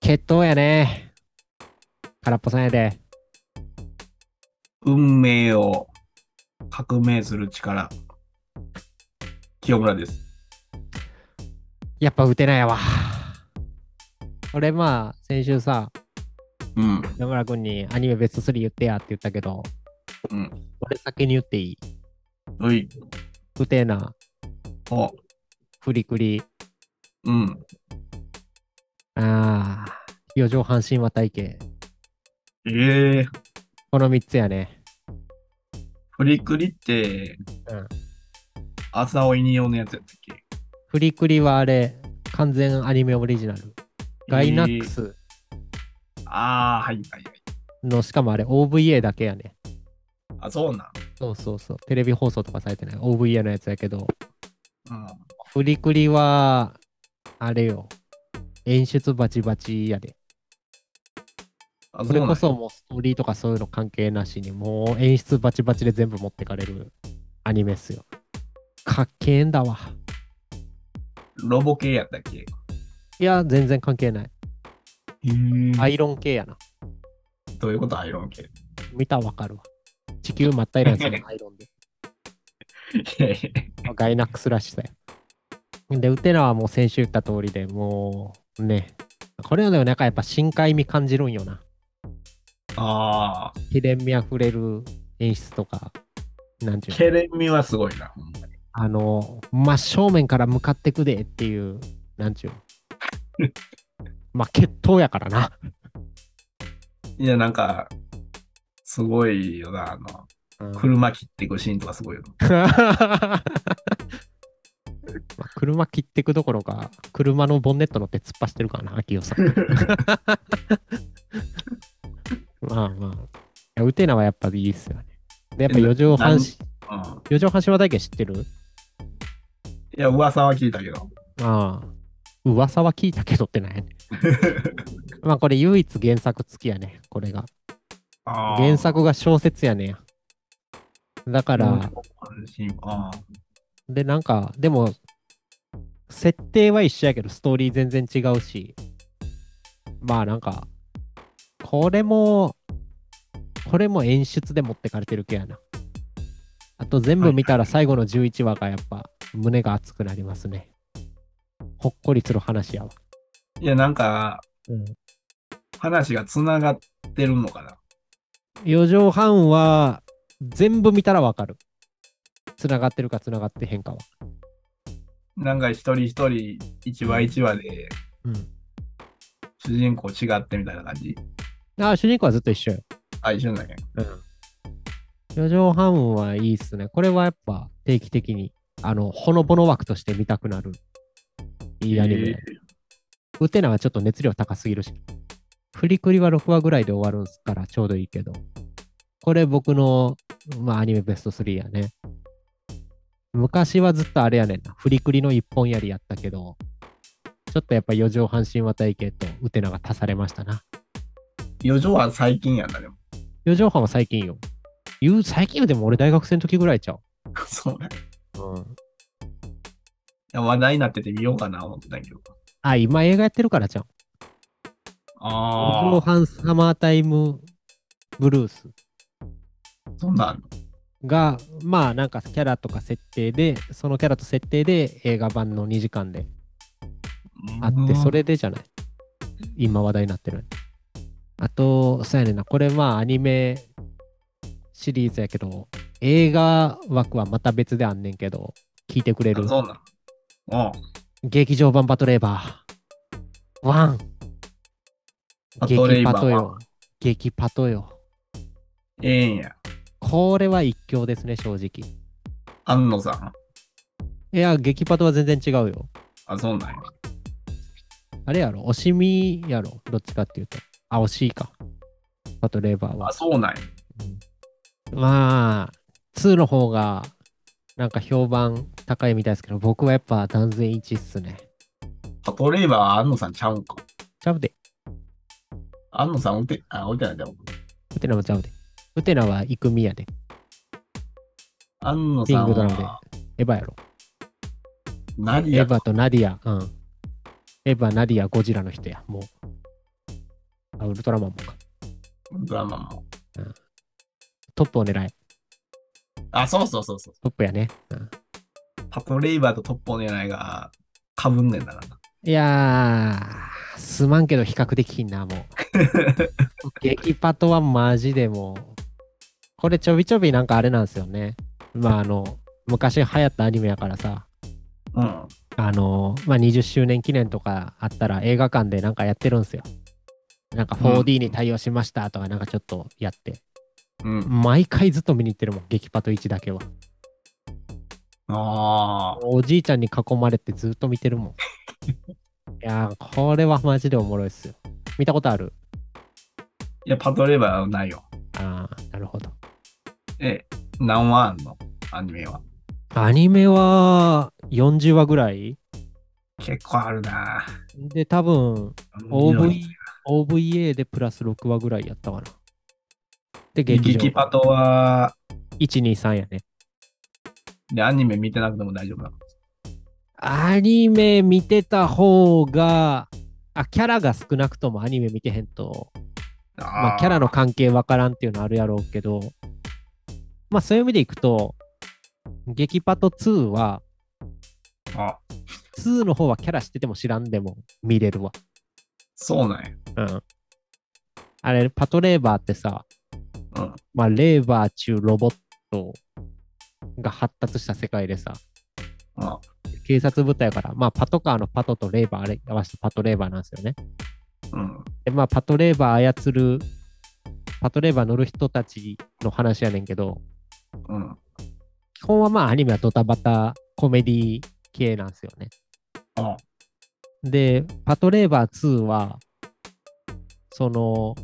決闘やね。空っぽさんやで。運命を革命する力。清村です。やっぱ打てないわ。俺まあ、先週さ、うん。野村君にアニメベスト3言ってやって言ったけど、うん。俺先に言っていい。うい。不定な、お。フリクリ、うん。ああ、四畳半神話体系。ええこの3つやね。フリクリって、うん朝追いに用のやつやったっけフリクリはあれ、完全アニメオリジナル。ガイナックえスーああ、はいはいはい。の、しかもあれ OVA だけやね。あ、そうなん。そうそうそう。テレビ放送とかされてない OVA のやつやけど、うん。フリクリは、あれよ。演出バチバチやで。あ、そそうれなんこや。そもうストーリーとかそういうの関係なしに、もう演出バチバチで全部持ってかれるアニメっすよ。かっけえんだわ。ロボ系やったっけいや、全然関係ない。えーアイロン系やな。どういうことアイロン系。見たらわかるわ。地球真っ平らにするアイロンで。いやいやガイナックスらしさよ。で、ウテナはもう先週言った通りでもう、ね。これでもなんかやっぱ深海味感じるんよな。 ああ、秘伝味あふれる演出とか、なんていうのケレミはすごいな。ほんまにあの、真正面から向かってくでっていう、なんちゅうの。まあ、決闘やからな。いや、なんか、すごいよな。あの、うん車切っていくシーンとかすごいよ な。まあ車切ってくどころか、車のボンネット乗って突っ走ってるからな、秋代さん。まあまあ。いやウテナはやっぱいいっすよね。で、やっぱ四畳半し、うん。四畳半島体験知ってるいや、噂は聞いたけど。ああ。噂は聞いたけどってない、ねん、まあこれ唯一原作付きやね、これが。あー原作が小説やねん。だから、あで、なんか、でも、設定は一緒やけど、ストーリー全然違うし、まあなんか、これも、これも演出で持ってかれてる系やな。あと全部見たら最後の11話がやっぱ胸が熱くなりますね。ほっこりする話やわ。ーいや、なんか、うん、話がつながってるのかな。 4畳半は全部見たらわかる。つながってるかつながってへんかは。なんか一人一人、一話一話で、うん。主人公違ってみたいな感じ。ああ、主人公はずっと一緒よ。あ、一緒なんや。四畳半はいいっすね。これはやっぱ定期的に、あの、ほのぼの枠として見たくなる。いいアニメ。えウテナはちょっと熱量高すぎるし。フリクリは6話ぐらいで終わるんすからちょうどいいけど。これ僕の、まあアニメベスト3やね。昔はずっとあれやねんな。フリクリの一本槍やったけど、ちょっとやっぱ四畳半神話体系とウテナが足されましたな。ー、余剰は最近やんだ、でも。 四畳半は最近よ。言う、最近よでも俺大学生の時ぐらいちゃう。そうね。いうん。や話題になってて見ようかな、思ってたけど。あ、今映画やってるからじゃん。あ後あ、半サマータイムブルースそんなんあんのが、まあなんかキャラとか設定で、そのキャラと設定で映画版の2時間であって、そ。れでじゃない。今話題になってる。あと、そうやねんな、これまあアニメシリーズやけど、映画枠はまた別であんねんけど、聞いてくれうるんあ。そうなん。おう劇場版バトレーバー。ワン。バトレイバ激ーパトよ。激パトよ。ええんや。これは一強ですね、正直。安野さん。いや、激パトは全然違うよ。あ、そうなんや。あれやろ、惜しみやろ、どっちかっていうと。あ、惜しいか。パトレーバーはあ、。そうなんや。まあ、2の方が、なんか評判高いみたいですけど、僕はやっぱ断然1っすね。パトレーバーは安野さんちゃうんか。ちゃうで。安野さんおて、あ、おてないでも。ウテナもちゃうで。ウテナはイクミやで。安野ピさンんクドラムでは。エヴァやろ。ナディエアヴァとナディア。うん。エヴァ、ナディア、ゴジラの人や。もう。あ、ウルトラマンもか。ドラマンも。トップを狙え。あ、そうそうそうそう。トップやね。うんパトレイバーとトップを狙いが、かぶんねんだな。いやー、すまんけど比較できひんな、もう。激パトはマジでもう。これちょびちょびなんかあれなんですよね。まああの、昔流行ったアニメやからさ、うん。あの、まあ20周年記念とかあったら映画館でなんかやってるんですよ。なんか 4D に対応しましたとかなんかちょっとやって。うん。毎回ずっと見に行ってるもん、激パト1だけは。ああ。おじいちゃんに囲まれてずっと見てる もん。いやー、これはマジでおもろいっすよ。見たことあるいや、パトレイバーはないよ。ああ、なるほど。え、何話あんのアニメは。アニメは40話ぐらい結構あるな。で、多分見るの OV OVA でプラス6話ぐらいやったかな。で、劇激場パトは、 1、2、3やね。で、アニメ見てなくても大丈夫なの。アニメ見てた方が、あ、キャラが少なくともアニメ見てへんと、まあ、キャラの。の関係わからんっていうのあるやろうけど、まあそういう意味でいくと、激パト2は、あ、 2の方はキャラ知ってても知らんでも見れるわ。そうなんや。うん。あれ、パトレーバーってさ、うん。まあ、レーバー中ロボットが発達した世界でさ、あ警察部隊やから、まあ、パトカーのパトとレーバーあれ合わせてパトレーバーなんですよね。うん。で、まあ、パトレーバー操る、パトレーバー乗る人たちの話やねんけど、うん。基本はまあ、アニメはドタバタコメディ系なんですよね。あで、パトレーバー2は、その、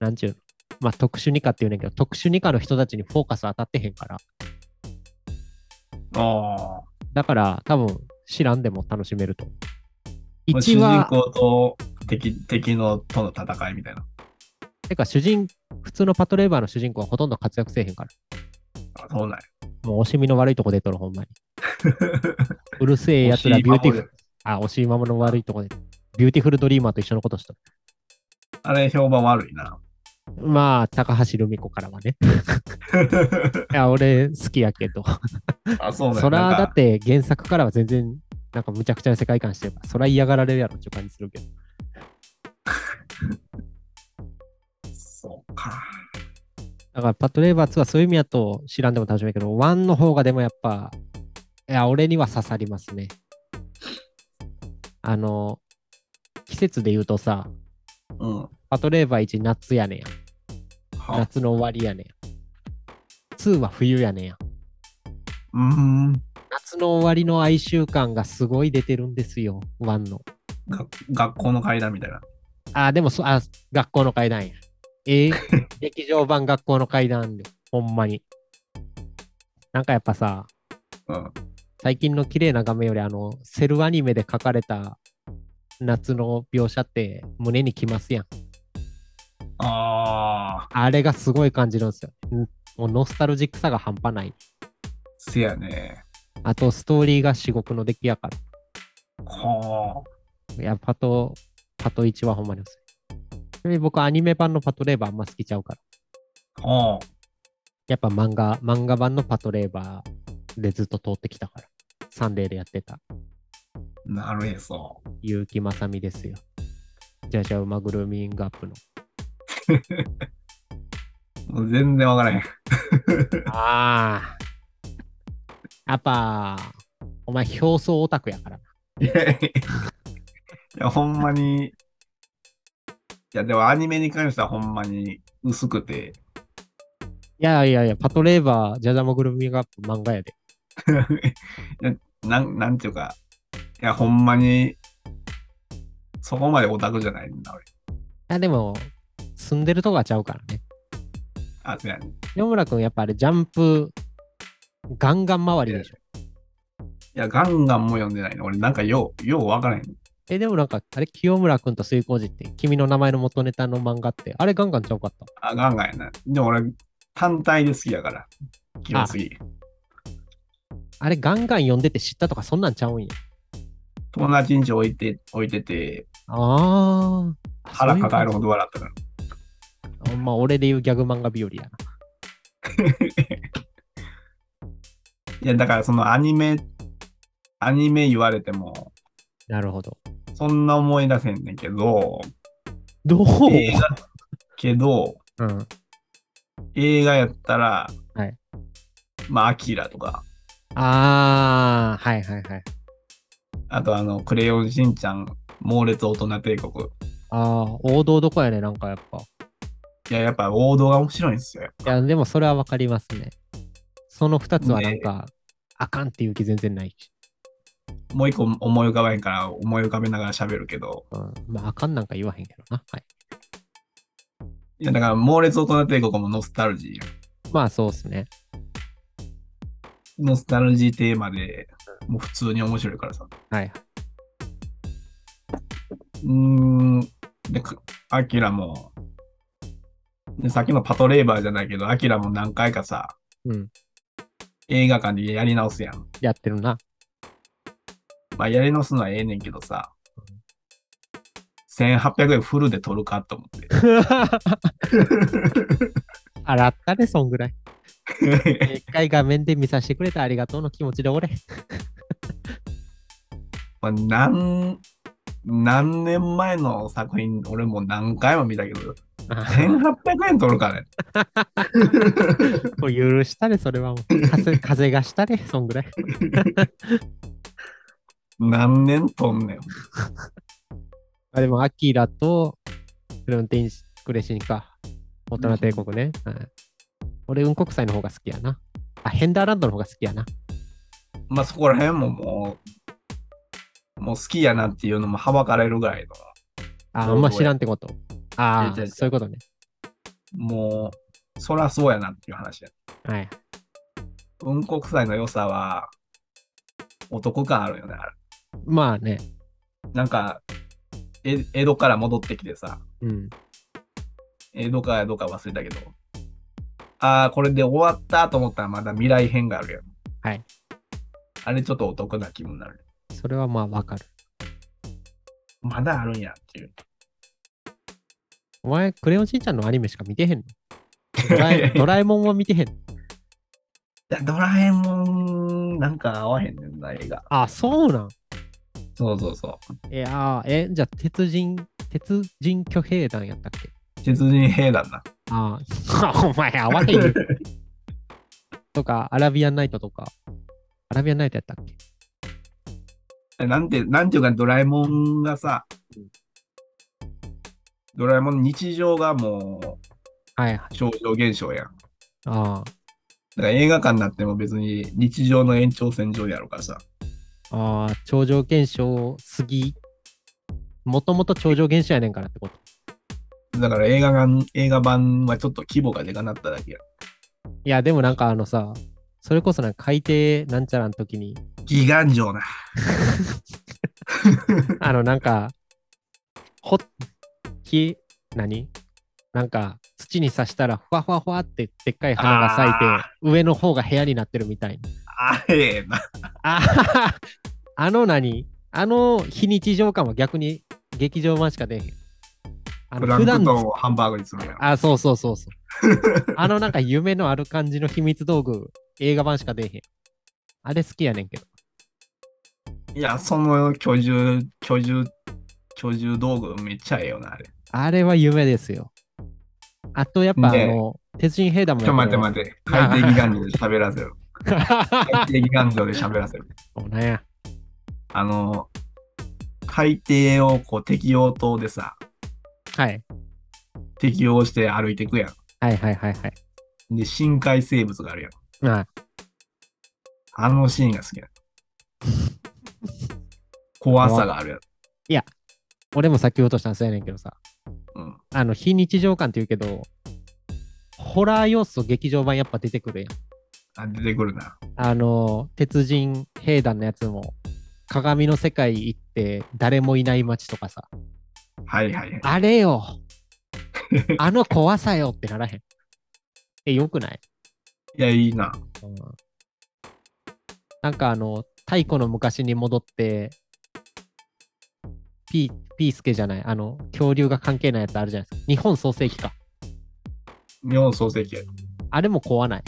なんちゅうの、まあ、特殊二課って言うねんけど、特殊二課の人たちにフォーカス当たってへんから、あだから多分知らんでも楽しめると。あ。1主人は、公と敵敵のとの戦いみたいな。てか主人、普通のパトレーバーの主人公はほとんど活躍せえへんから。あそうなんや。もうおしみの悪いとこ出とる、ほんまに。うるせえやつらビューティフル。あ、おしまもの悪いとこで。ビューティフルドリーマーと一緒のことしとあれ、評判悪い な。る。まあ、高橋留美子からはね。いや、俺好きやけど。あ、そうなんや。そら、なんだかって原作からは全然、なんかむちゃくちゃな世界観してるから、そら嫌がられるやろっていう感じするけど。そうか。だから、パトレーバー2はそういう意味だと知らんでも楽しめるけど、1の方がでもやっぱ、いや、俺には刺さりますね。あの、季節で言うとさ、うん。パトレーバー1夏やねんや。は夏の終わりやねんや。2は冬やねんや。うーん。夏の終わりの哀愁感がすごい出てるんですよ、1の。が学校の階段みたいな。あ、でもそ、あ、学校の階段や。ええ 劇場版学校の階段で、ほんまに。なんかやっぱさ、うん。最近の綺麗な画面より、あの、セルアニメで描かれた夏の描写って胸にきますやん。ああ、あれがすごい感じるんですよ。んもうノスタルジックさが半端ない。せやね。あと、ストーリーが至極の出来やから。はいや、パト、パト1はほんまにおすすめちなみに僕、アニメ版のパトレーバーあんま好きちゃうから。あ。はやっぱ漫画、漫画版のパトレーバーでずっと通ってきたから。サンデーでやってた。あ。なるへそ。結城まさみですよ。じゃじゃ馬グルーミングアップの。もう全然わからへん。ああ。やっぱ、お前表層オタクやからな。いやいや、ほんまに。いや、でもアニメに関してはほんまに薄くて。いやいやいや、パトレーバー、ジャジャマグルーミングアップ漫画やで。いやなん、なんていうか。いや、ほんまに。そこまでオタクじゃないんだ、俺。いやでも、住んでるとこはちゃうからね。あ、せやね。野村くんやっぱあれジャンプ、ガンガン周りでしょ。いや、ガンガンも読んでないの。俺、なんかよう、ようわからへん。え、でもなんか、あれ、清村くんと水光寺って、君の名前の元ネタの漫画って、あれガンガンちゃうかった。あ、ガンガンやな。でも俺、単体で好きやから。基本すぎ。あれガンガン読んでて知ったとかそんなんちゃうんや。友達んち置いて、置いてて、ああ。腹抱えるそういほうど笑ったから。感じまあ、俺で言うギャグ漫画日和やな。いや、だからそのアニメ、アニメ言われても、なるほど。そんな思い出せんねんけど、どう、映画、けど、うん。映画やったら、はいまあ、アキラとか、あー、はいはいはい。あとあの、クレヨンしんちゃん、猛烈大人帝国。あー、王道どこやね、なんかやっぱ。いや、やっぱ王道が面白いんですよ。いや、でもそれはわかりますね。その2つはなんか、あかんっていう気全然ないし。もう一個思い浮かばへんから、思い浮かべながら喋るけど、うん、まあ、あかんなんか言わへんけどな。はい。いや、だから猛烈大人帝国もノスタルジーやんまあ、そうっすね。ノスタルジーテーマで、もう普通に面白いからさ。はい。うーん、で、くアキラも、でさっきのパトレーバーじゃないけど、アキラも何回かさ、うん。映画館でやり直すやん。やってるな。まあ、やり直すのはええねんけどさ、1800円フルで取るかと思って。あらあったね、そん ぐらい。一回画面で見させてくれてありがとうの気持ちで 俺。まあ、何、何年前の作品、俺もう何回も見たけど、1800円取るかね。もう許したれ、それはもう。 風風がしたれ、そんぐらい。何年取んねん。あでも、アキラと、フロンティンクレシンか。大人帝国ね。はい、俺、雲国祭の方が好きやな。あ、ヘンダーランドの方が好きやな。まあ、そこら辺ももう、もう好きやなっていうのもはばかられるぐらいの。あ、なあるほどんま知らんってこと。あいやあ、違う違うそういうことね。もう、そらそうやなっていう話や。はい。雲国祭の良さは、男感あるよね、あれ。まあね。なんか、え江戸から戻ってきてさ、うん。江戸か江戸か忘れたけど、ああ、これで終わったと思ったらまだ未来編があるやん。はい。あれちょっとお得な気分になる。それはまあわかる。まだあるんやっていう。お前、クレヨンしんちゃんのアニメしか見てへんのドラえドラえもんは見てへんのいや、ドラえもん、なんか合わへんねんな、映画。あ、そうなん。そうそうそいやー、え、じゃあ、鉄人、鉄人挙兵団やったっけう。鉄人兵団な。ああ、 お前、合わへんよ。とか、アラビアンナイトとか。アラビアンナイトやったっけ なんて、なんていうか、ドラえもんがさうん、ドラえもんの日常がもはいはい。う、少女現象やん。あだから映画館になっても別に日常の延長線上であるからさ。あ、ああ、超常現象すぎ。もともと超常現象やねんからってこと。だから映画が映画版はちょっと規模がでかなっただけや。いや、でもなんかあのさ、それこそなんか海底なんちゃらの時に、 ギガンな。あの、なんか、ほっ、き、何なんか、土に刺したら、ふわふわふわって、でっかい花が咲いあて、上の方が部屋になってるみたいな。あれな。あははあの何あの非日常感は逆に劇場版しか出えへん。あプのラ普ンク段トンをハンバーグにするやん。あ、そうそうそうそう。あのなんか夢のある感じの秘密道具、映画版しか出えへん。あれ好きやねんけど。いや、その居住、居住、居住道具めっちゃええよな、あれ。ちあれは夢ですよ。あとやっぱあねえの、鉄人兵団もょっやと待ってっ待って。海底ギガンで喋らせる。て待 海底ギガンで喋らせる。そうなんや。あの、海底をこう適応灯でさ、はい。適応して歩いていくやはいはいはいはい。ん。で、深海生物があるやん。まあ、あのシーンが好きやん。怖さがあるやん。俺もさっき言おうとしたんそうやねんけどさ。うんあの、非日常感って言うけど、ホラー要素劇場版やっぱ出てくるやん。あ出てくるな。あの、鉄人兵団のやつも、鏡の世界行って誰もいない街とかさ。はいはいはい。あれ よあの怖さよってならへん。え、よくない、いや、いいな。うん、なんかあの、太古の昔に戻って、ピー、ピースケじゃない、あの、恐竜が関係ないやつあるじゃないですか。日本創世記か。日本創世記や。いあれも壊ない。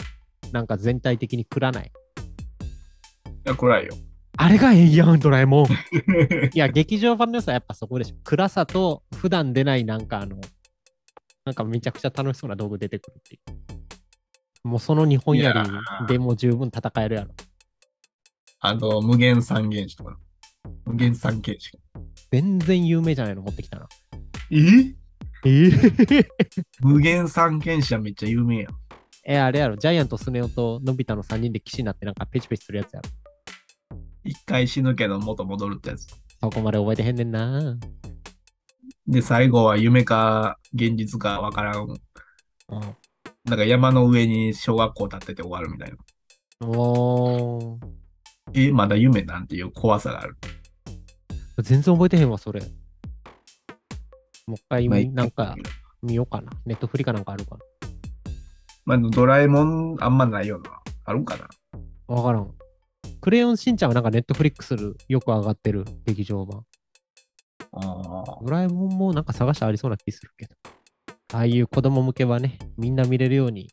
なんか全体的に食らない。や、暗いよ。 あれがエイヤンドラえ もん。いや、劇場版の良さはやっぱそこでしょ。暗さと、普段出ないなんかあの、なんかめちゃくちゃ楽しそうな道具出てくるっていう。もうその日本やいやりでも十分戦えるやろ。あと、無限三原子とか。無限三原子。全然有名じゃないの持ってきたな。ええ無限三原子はめっちゃ有名やん。え、あれやろ。ジャイアント、スネ夫とのび太の3人で騎士になってなんかペチペチするやつやろ。一回死ぬけど元戻るってやつ。そこまで覚えてへんねんな。で、最後は夢か現実かわからん。うんなんか山の上に小学校建ってて終わるみたいな。おーえ、まだ夢なんていう怖さがある。全然覚えてへんわ、それ。もう一回、まあなんか見ようかな。ネットフリかなんかあるかまあ、ドラえもんあんまないよな。あるかなな。わからん。クレヨンしんちゃんはなんかネットフリックスよく上がってる劇場版。ああ。ドラえもんもなんか探してありそうな気するけど。ああいう子供向けはね、みんな見れるように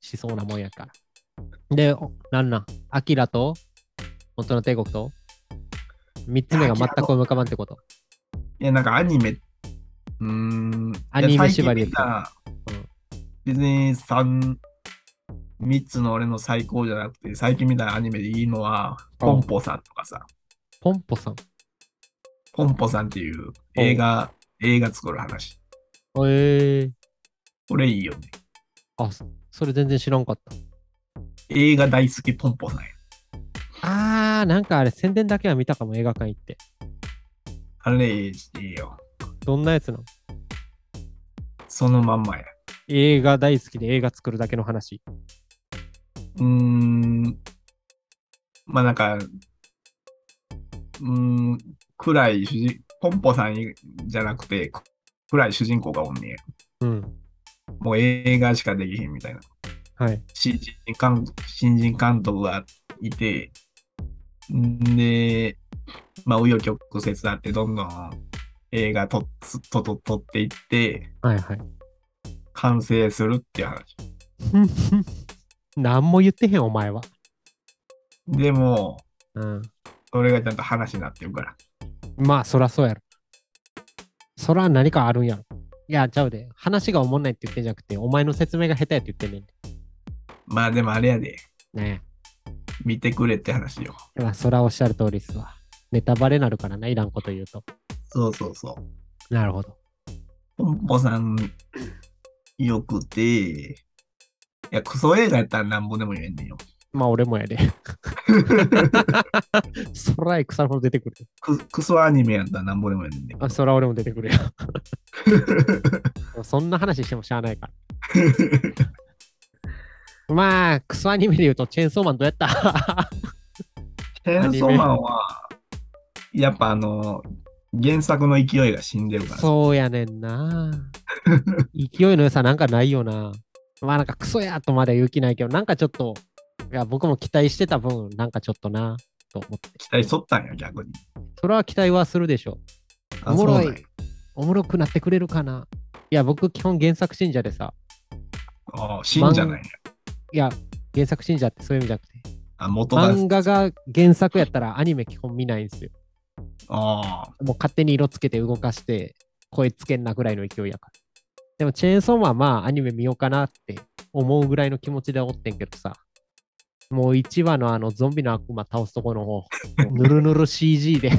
しそうなもんやから。で、おなんなん、アキラと、元の帝国と、三つ目が全く浮かばんってこと。いや、なんかアニメ、うーん。アニメ縛りいや最近見たうん別に三、三つの俺の最高じゃなくて、最近見たアニメでいいのは、うんポンポさんとかさ、ポンポさん。ポンポさんっていう映画、映画作る話。ええこれいいよね。あ、そそれ全然知らんかった。映画大好きポンポさんや。あー、なんかあれ、宣伝だけは見たかも、映画館行って。あれいいよ。どんなやつなのそのまんまや。映画大好きで映画作るだけの話。うーん。まあなんか、うーん、暗い主人、ポンポさんじゃなくて、暗い主人公がおんねや。うん。もう映画しかできへんみたいな。はい。新人監新人監督がいて、んで、まあ、紆余曲折あって、どんどん映画とつとと撮っていって、はいはい。完成するっていう話。何も言ってへん、お前は。でも、うん。それがちゃんと話になってるから。まあ、そらそうやろ。そら何かあるんやろ。いや、ちゃうで。話がおもんないって言ってんじゃなくて、お前の説明が下手やって言ってんねんまあ、でもあれやで、で。ね見てくれって話よ。え。まあ、そらおっしゃる通りっすわ。ネタバレなるからな、いらんこと言うと。そうそうそう。なるほど。ポンポさん、よくて、いや、クソ映画やったらなんぼでも言えんねんよ。まあ、俺もやで。そらい腐るほど出てくる。ククソアニメやったらなんぼでも言えんねんよあ、。そら俺も出てくるよ。そんな話してもしゃあないから。まあ、クソアニメで言うと、チェーンソーマンどうやったチェーンソーマンは、やっぱあの、原作の勢いが死んでるから。そうやねんな。勢いの良さなんかないよな。まあなんかクソやとまでは言う気ないけど、なんかちょっと、いや、僕も期待してた分、なんかちょっとな、と思って。期待しとったんや、逆に。それは期待はするでしょ。あおもろいそうなんやおもろくなってくれるかな。いや、僕、基本原作信者でさ、ああ、死んじゃないんや。いや、原作信者ってそういう意味じゃなくて、あ、元だ。漫画が原作やったらアニメ基本見ないんですよ。ああ、もう勝手に色つけて動かして、声つけんなぐらいの勢いやから。でも、チェーンソーマンはまあ、アニメ見ようかなって思うぐらいの気持ちでおってんけどさ、もう1話のあのゾンビの悪魔倒すとこの方、ぬるぬる CG で、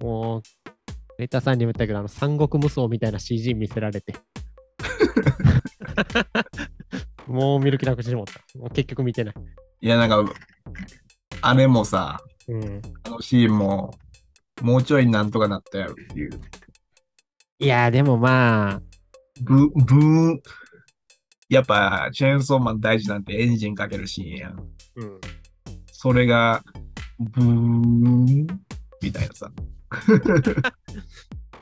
もう、レタさんにも言ったけど、あの、三国無双みたいな CG 見せら れて。もう見る気なくしてもった。もう結局見てない。いや、なんか、あれもさ、うん。あのシーンも、もうちょいなんとかなったやろっていう。いやー、でもまあ、ブブーン。やっぱ、チェーンソーマン大事なんてエンジンかけるシーンやん。うん。それが、ブーン。みたいなさ。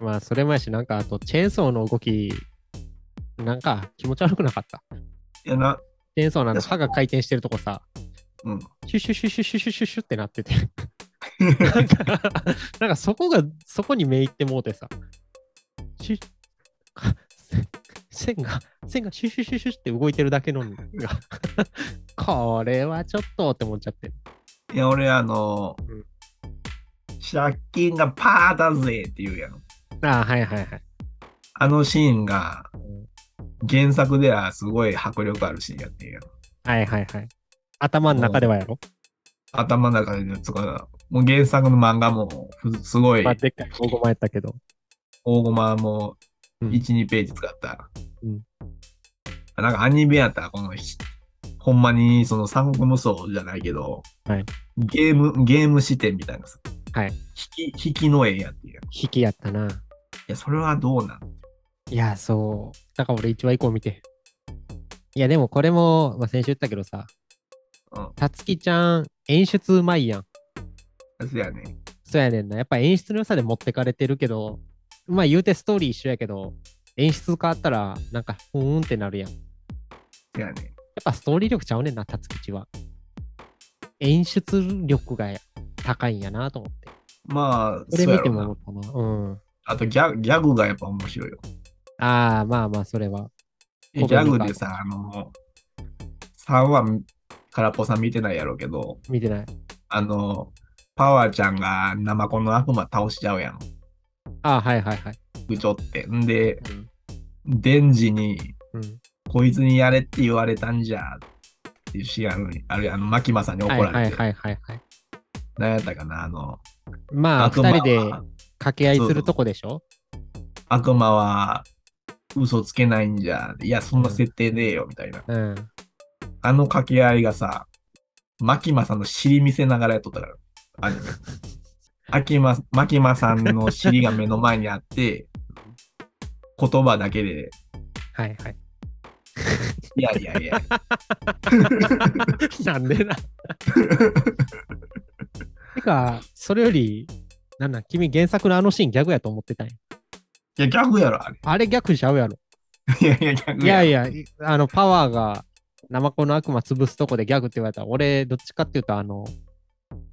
まあ、それもやし、なんか、あと、チェーンソーの動き、なんか、気持ち悪くなかった。いやな、チェーンソーのあいのやそう歯が回転してるとこさ、うん。シュシュシュシュシュシュシュシュってなってて、なんか、なんかそこが、そこに目いってもうてさ、シュッ、か線が、線がシュシュシュシュって動いてるだけのが、これはちょっとって思っちゃって。いや、俺、あのうん、借金がパーだぜって言うやん。ああ、はいはいはい。あのシーンが、原作ではすごい迫力あるシーンやってんやん。はいはいはい。頭の中ではやろ頭の中で、とか、もう原作の漫画も、ふすごいまあ、、でっかい大駒やったけど。大駒もうん1、2ページ使った。うんなんかアニメやったら、このひ、ほんまにその三国無双じゃないけど、はいゲーム、ゲーム視点みたいなさ、はい引き、引きの絵やっていうやん。い引きやったな。や、それはどうなんいや、そう。だから俺1話以降見て。いや、でもこれも、まあ、先週言ったけどさ、うんたつきちゃん、演出うまいやん。そうやね。そうやねんな。やっぱ演出の良さで持ってかれてるけど、まあ言うてストーリー一緒やけど、演出変わったら、なんか、ふーんってなるやん。やっそうやね。ぱストーリー力ちゃうねんな、たつきちは。演出力が高いんやなと思って。まあ、それそうや見てろもな。思ったな。うん。あとギャギャグがやっぱ面白いよ。ああ、まあまあ、それは。ギここにャグでさ、あの、3は空っぽさん見てないやろうけど、見てない。あの、パワーちゃんがナマコの悪魔倒しちゃうやん。ああ、はいはいはい。ぐちょって。んで、うん。デンジに、うん、こいつにやれって言われたんじゃ、っていうシーンあるのにあれ、あの、マキマさんに怒はいらはれいて、はいはいはい。何やったかな、あの、まあ、悪魔二は人で掛け合いするとこでしょ悪魔は嘘つけないんじゃ、いや、そんな設定ねえよ、みたいな。うん。あの掛け合いがさ、マキマさんの尻見せながらやっとったから、アニ メ。アキママキマさんの尻が目の前にあって、言葉だけで、はいはい。いやいやいや、 なんでな。 てか、それより、なんなん、君原作のあのシーンギャグやと思ってたんや。いや、ギャグやろ、あれ。あれギャグちゃうやろ。いやいや、ギャいグややろ。いや、あの、パワーが、ナマコの悪魔潰すとこでギャグって言われたら、俺、どっちかっていうと、あの、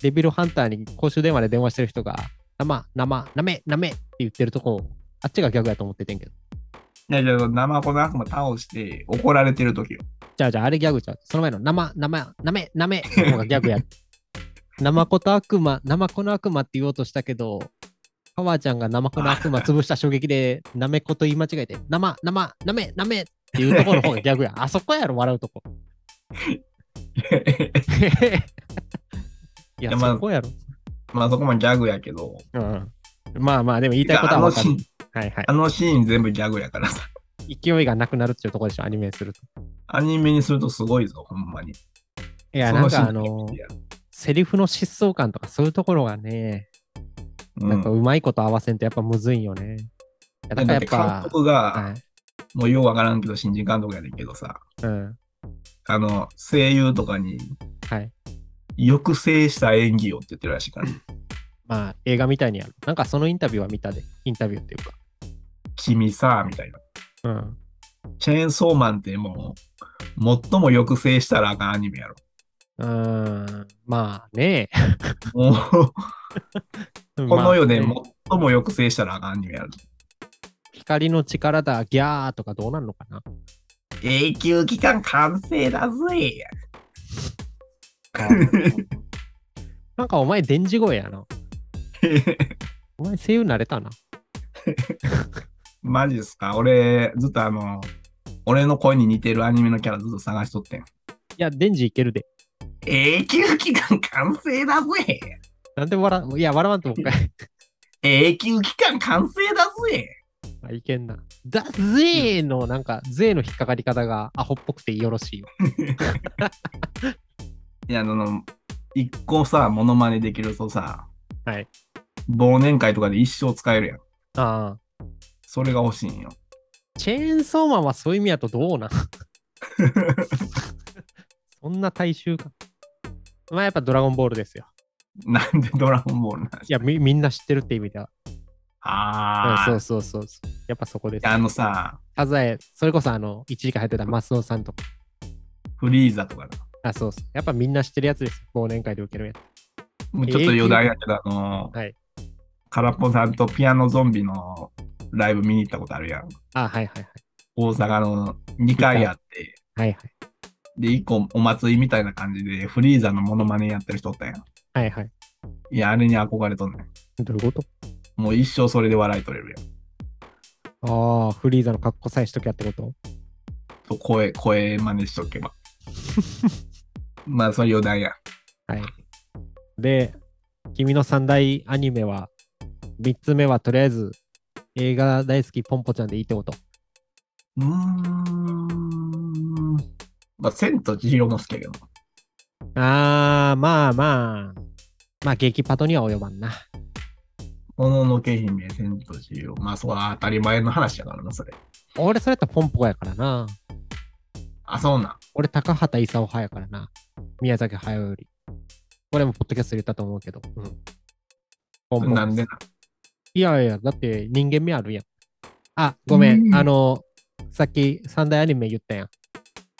デビルハンターに公衆電話で電話してる人が、生、生、なめ、なめって言ってるとこ、あっちがギャグやと思っててんけど。いやいや、ナマコの悪魔倒して怒られてる時よ。 じゃあじゃあ、あれギャグちゃう。その前の生、生、なめ、なめの方がギャグやって。生子と悪魔、生子の悪魔って言おうとしたけど、パワーちゃんが生子の悪魔潰した衝撃で、なめこと言い間違えて、生、生、なめ、なめっていうところの方がギャグや。あそこやろ、笑うとこ。いいや、やまあそこやろ。まあそこもギャグやけど、うん。まあまあ、でも言いたいことはあのわかシーるン。、はいはいあ。のシーン全部ギャグやからさ。勢いがなくなるっていうところでしょ、アニメすると。アニメにするとすごいぞ、ほんまに。いいや、なんかあの、セリフの疾走感とかそういうところがね、なんかうまいこと合わせんとやっぱむずいんよね。いやだからだやっって監ぱ、督がは、いもうようわからんけど、新人監督やねんけどさ、うん、あの、声優とかにはい。抑制した演技をって言ってるらしいから、まあ映画みたいにやる。なんかそのインタビューは見たで、インタビューっていうか。君さ、みたいな。うん。チェーンソーマンってもう、最も抑制したらあかんアニメやろ。うーん、まあね。 もう、この世でまあね最も抑制したらあかんアニメやろ。光の力だ、ギャーとかどうなんのか な。永久期間完成だぜ なんかお前、電磁声やな。お前、声優慣れたな。マジっすか俺、ずっとあの、俺の声に似てるアニメのキャラずっと探しとってん。いや、電磁いけるで。永久期間完成だぜなんで笑ういや、笑わんともう一回。 永久期間完成だぜあいけんな。だぜーの、なんか、ぜーの引っかかり方がアホっぽくてよろしいよ。いや、あの、一個さ、モノマネできるとさ、はい。忘年会とかで一生使えるやん。ああ。それが欲しいんよ。チェーンソーマンはそういう意味やとどうなんそんな大衆か。まあやっぱドラゴンボールですよ。なんでドラゴンボールなんいや、みみんな知ってるって意味では。うんああ、そうそうそうそう。やっぱそこです。あのさ、サザエ、それこそあの、一時間入ってたマスオさんとか。フリーザとかな。あ、そうそう。やっぱみんな知ってるやつです。忘年会で受けるやつ。もうちょっと余談やけど、あの、はい空っぽさんとピアノゾンビのライブ見に行ったことあるやん。あ、はいはい大阪の2回あって、はい。はいで、1個お祭りみたいな感じで、フリーザのモノマネやってる人おったやん。はい。はいはい。いや、あれに憧れとんねん。どういうこともう一生それで笑い取れるやん。ああ、フリーザの格好さえしときゃってことと声、声真似しとけば。 まあ、それ余談や。はい。で、君の三大アニメは、三つ目はとりあえず、映画大好きポンポちゃんでいいってこと。うーん。まあ、千と千尋も好きやけど。あー、まあまあ、まあ、激パトには及ばんな。もののけ姫、千と千尋。まあ、そこは当たり前の話やからな、それ。俺、それやったらポンポやからな。あ、そうなん。俺、高畑勲派やからな。宮崎駿より。これもポッドキャストで言ったと思うけど。うん。ポンポ。なんでないやいや、だって人間味あるやん。あ、ごめうんん。あの、さっき三大アニメ言ったやん。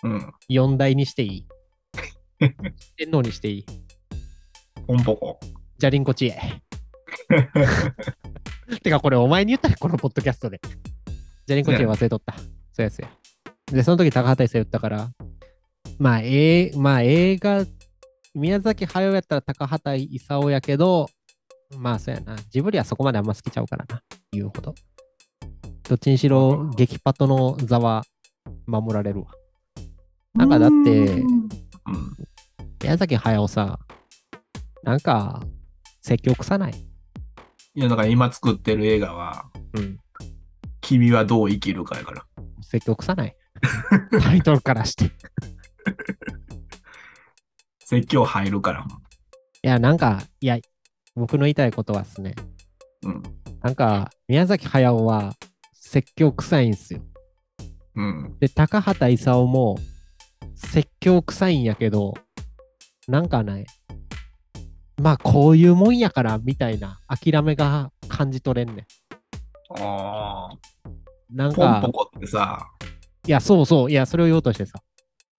うん。四大にしていい。天皇にしていい。ポンポコ。じゃりんこち え。てか、これお前に言ったらこのポッドキャストで。じゃりんこちえ忘れとった。そうやそうや。で、その時高畑さん言ったから、まあ、えーまあ、映画、宮崎駿やったら高畑勲やけど、まあ、そうやな。ジブリはそこまであんま好きちゃうからな。言うほど。どっちにしろ、激パトの座は守られるわ。なんかだってうん。宮崎駿さ、なんか、説教臭ない。いや、だから今作ってる映画は、うん。君はどう生きるかやから。説教臭ない。タイトルからして。い説教入るから。や、なんか、いや、僕の言いたいことはですね、うん。なんか、宮崎駿は説教臭いんすよ。うん。で、高畑勲も説教臭いんやけど、なんかね、まあ、こういうもんやから、みたいな諦めが感じ取れんねあん。なんあ。ポンかポ、コってさ、いや、そうそう、いや、それを言おうとしてさ、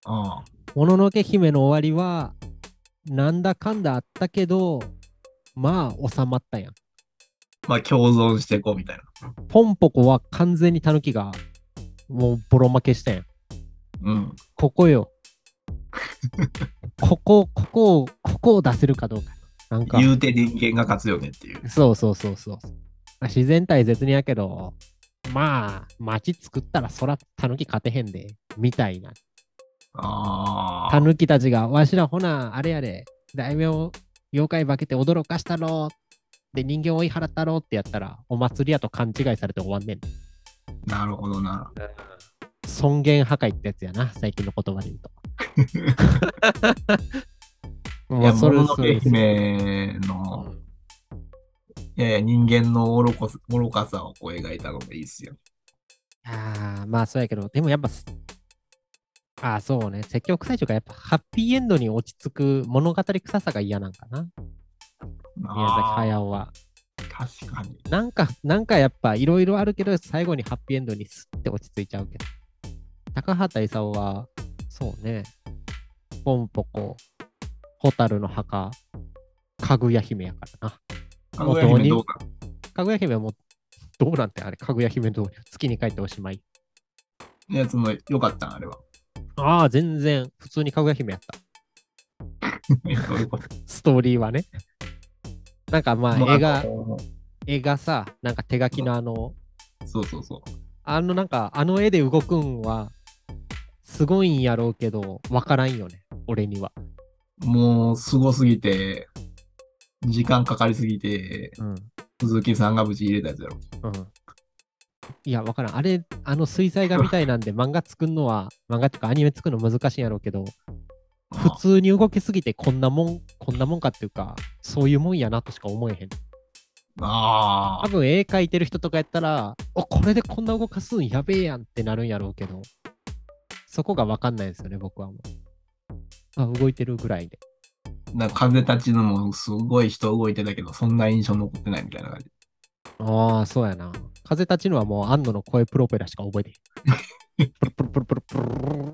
あもののけ姫の終わりは、なんだかんだあったけど、まあ収まったやん。まあ、共存していこうみたいな。ポンポコは完全にタヌキが、もうボロ負けしたやん。うん。ここ よ。ここ、ここを、ここを出せるかどうか。なんか、言うて人間が勝つよねっていう。そうそうそうそう。まあ自然体絶にやけど、まあ、町作ったらそらタヌキ勝てへんで、みたいな。あタあ。ヌキたちが、わしらほな、あれやれ、大名、妖怪化けて驚かしたろで、人間追い払ったろってやったら、お祭りやと勘違いされて終わんねん。なるほどな。尊厳破壊ってやつやな、最近の言葉で言うと。 いもや、うそもれののそけれです。姫うの、んいやいや、人間の愚こ愚かさをこう描いたのがいいっすよ。ああ、まあそうやけど、でもやっぱす、ああ、そうね、積極最中がやっぱハッピーエンドに落ち着く物語臭さが嫌なんかな、宮崎駿は。あー確かに。なんか、なんかやっぱいろいろあるけど、最後にハッピーエンドにスッて落ち着いちゃうけど。高畑勲は、そうね、ポンポコ、ホタルの墓、かぐや姫やからな。かぐや姫どうか。かぐや姫はもう、どうなんてあれ、かぐや姫通り、月に帰っておしまい。いや、その、よかったん、あれは。ああ、全然、普通にかぐや姫やった。えどういうことストーリーはね。なんかままあ、あ絵が、の絵がさ、なんか手書きのあの、そうそうそあのなんか、あの絵で動くんは、すごいんやろうけど、わからんよね、俺には。う。もう、すごすぎて、時間かかりすぎて、うん。鈴木さんがぶち入れたやつやろ。うん。いや、わからん。あれ、あの水彩画みたい なんで、漫画作るのは、漫画とかアニメ作るの難しいんやろうけど、普あ通に動きすぎて、こんなもん、こんなもんかっていうか、そういうもんやなとしか思えへん。あ多分、絵描いてる人とかやったら、おこれでこんな動かすんやべえやんってなるんやろうけど、そこがわかんないんですよね、僕はもう。あ、動いてるぐらいで。ー。なんか風立ちのもすごい人動いてたけど、そんな印象残ってないみたいな感じ。ああ、そうやな。風立ちのはもう、安野の声プロペラしか覚えてへん。プルプルプルプルプ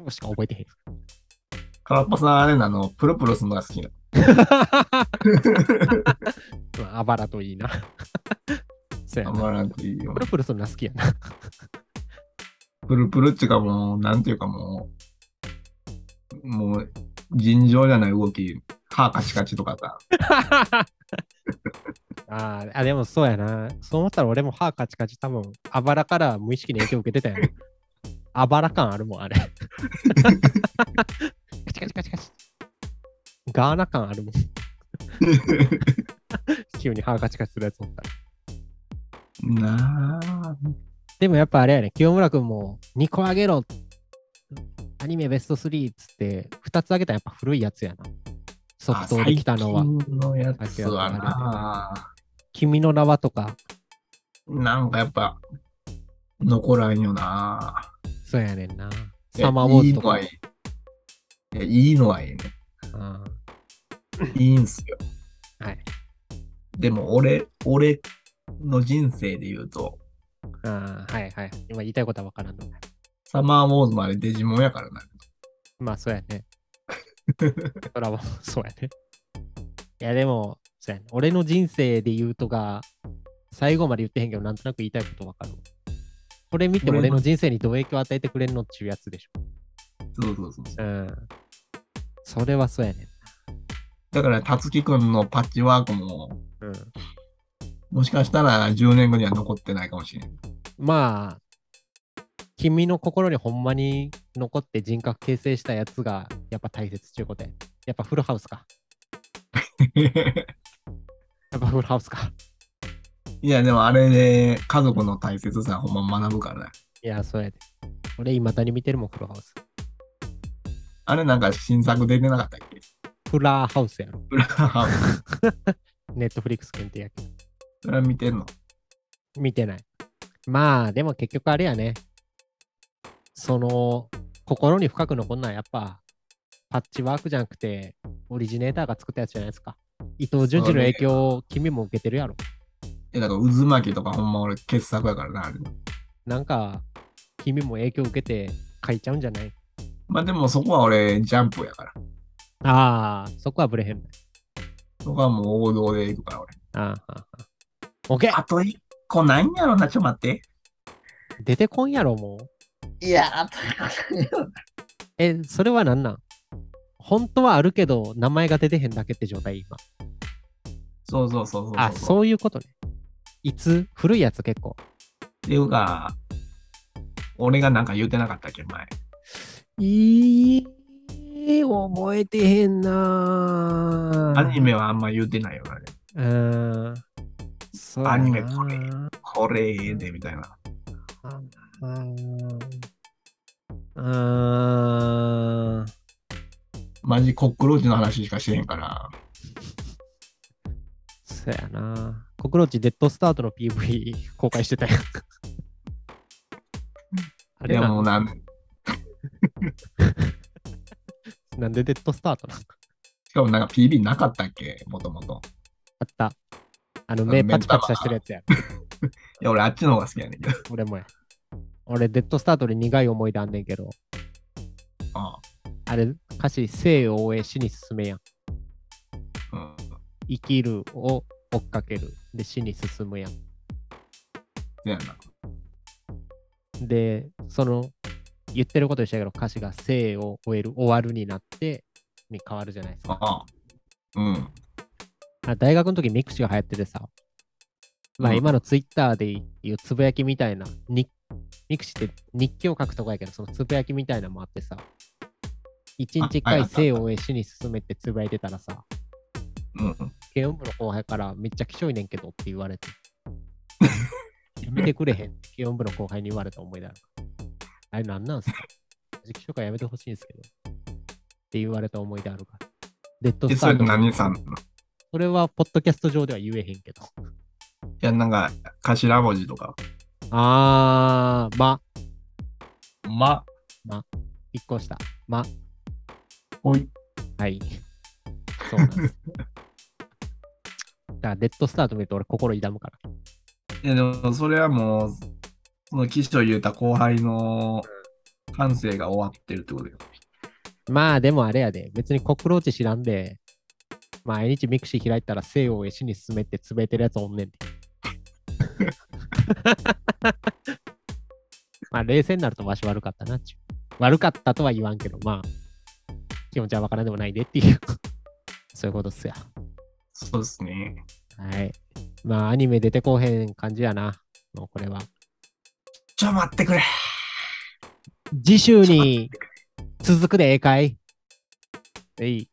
ルしか覚えてへん。空っぽさんあれなの、プロプロするのが好きなの。まあ、あばらといいな。そうやあな。まらんといいよプ。ルプルするの好きやな。プルプルっていうかもう、なんていうかもう、もう、尋常じゃない動き、歯カチカチとかさ。あーあ、でもそうやな。そう思ったら俺も歯カチカチ多分、あばらから無意識に影響受けてたよ。あばら感あるもん、あれ。カチカチカチカチ。ガーナ感あるもん。急に歯カチカチするやつおったら。なあ。でもやっぱあれやね、清村くんも2個あげろ。アニメベスト3っつって、2つあげたらやっぱ古いやつやな。即答できたのはあ。最近のやつはな君の名はとか、なんかやっぱ、残らんよなそうやねんな。いやサマーウォーいズいとのはかい。い。いや、いいのはいいね。うんいいんすよ。はい。でも俺、俺の人生で言うと、ああ、はいはい。今言いたいことは分からんの。サマーウォーズまでデジモンやからな。まあ、そうや ね。そらもう、 そうやね。いや、でも、そうやね。俺の人生で言うとが、最後まで言ってへんけど、なんとなく言いたいこと分かるわ。これ見て俺の人生にどう影響を与えてくれるのっちゅうやつでしょ。そうそうそうう。ん。それはそうやね。だから、たつきくんのパッチワークも、うん。もしかしたら10年後には残ってないかもしれん。 まあ、君の心にほんまに残って人格形成したやつがやっぱ大切っていうことや。やっぱフルハウスか。やっぱフルハウスか。いや、でもあれで家族の大切さほんま学ぶからね。いや、それで。俺、未だに見てるもん、フルハウス。あれなんか新作出てなかったっけフラーハウスやろ。ブラハウス。ネットフリックス検定やけど。それは見てんの見てない。まあ、でも結局あれやね。その、心に深く残んのはやっぱ、パッチワークじゃなくて、オリジネーターが作ったやつじゃないですか。伊藤潤二の影響を君も受けてるやろ。え、だから渦巻きとかほんま俺傑作やからな、あれ。なんか、君も影響受けて書いちゃうんじゃないまあでもそこは俺ジャンプやから。ああ、そこはブレへんね。そこはもう王道で行くから俺。あーあー、オッケーあと一個ないんやろな、ちょ待って。出てこんやろ、もう。いや、あと一個え、それはなんなん本当はあるけど、名前が出てへんだけって状態、今。そうそうそうそう。あ、そういうことね。いつ古いやつ結構。っていうか、俺がなんか言うてなかったっけ、前。いい、覚えてへんなアニメはあんま言うてないよな、あれうん。そうアニメこれこれええで、みたいな。うん。マジコックローチの話しかしてへんから。そやな。コクロッチデッドスタートの PV 公開してた やん。あいれや、なもうなん、なんでデッドスタートなんかしかもなんか PB なかったっけ、もともと。あった。あの目目パチパチさしてるやつや。 いや、俺あっちの方が好きやねんけど。俺もや。俺、デッドスタートで苦い思い出あんねんけど、ああれ、歌詞、生を終え、死に進めやん。あうん。生きるを追っかける。で、死に進むやん。せやな。で、その、言ってることでしたけど、歌詞が生を終える、終わるになって、に変わるじゃないですか。ああ。うん。あ大学の時ミクシーが流行っててさ、まあうん今のツイッターでいうつぶやきみたいな、にミクシーって日記を書くとかやけど、そのつぶやきみたいなのもあってさ、一日一あはいはい回は生いを終え死に進めってつぶやいてたらさ、うん。慶音部の後輩からめっちゃきしょいねんけどって言われ て、やめてくれへんって慶音部の後輩に言われた思い出ある。あれなんなんすか私気象会やめてほしいんですけど。って言われた思い出あるから。デッドえ、スタそれート。何さんなのいそれはポッドキャスト上では言えへんけど。や、なんか、頭文字とか。あー、ま、ま、一個下。ま、おい。はい。そうなん です。だから、デッドスタート見ると俺心痛むから。いや、でも、それはもう、その騎士と言うた後輩の感性が終わってるってことよ。まあでもあれやで、別にコックローチ知らんで、毎日ミクシー開いたら西洋を絵師に進めってつぶえてるやつおんねんて。まあ冷静になるとわし悪かったなっちゅう。悪かったとは言わんけど、まあ、気持ちはわからんでもないでっていう、 そういうことっすや。そうですね。はい。まあアニメ出てこうへん感じやな、もうこれは。ちょ、待ってくれ。次週に続くでええかいえい。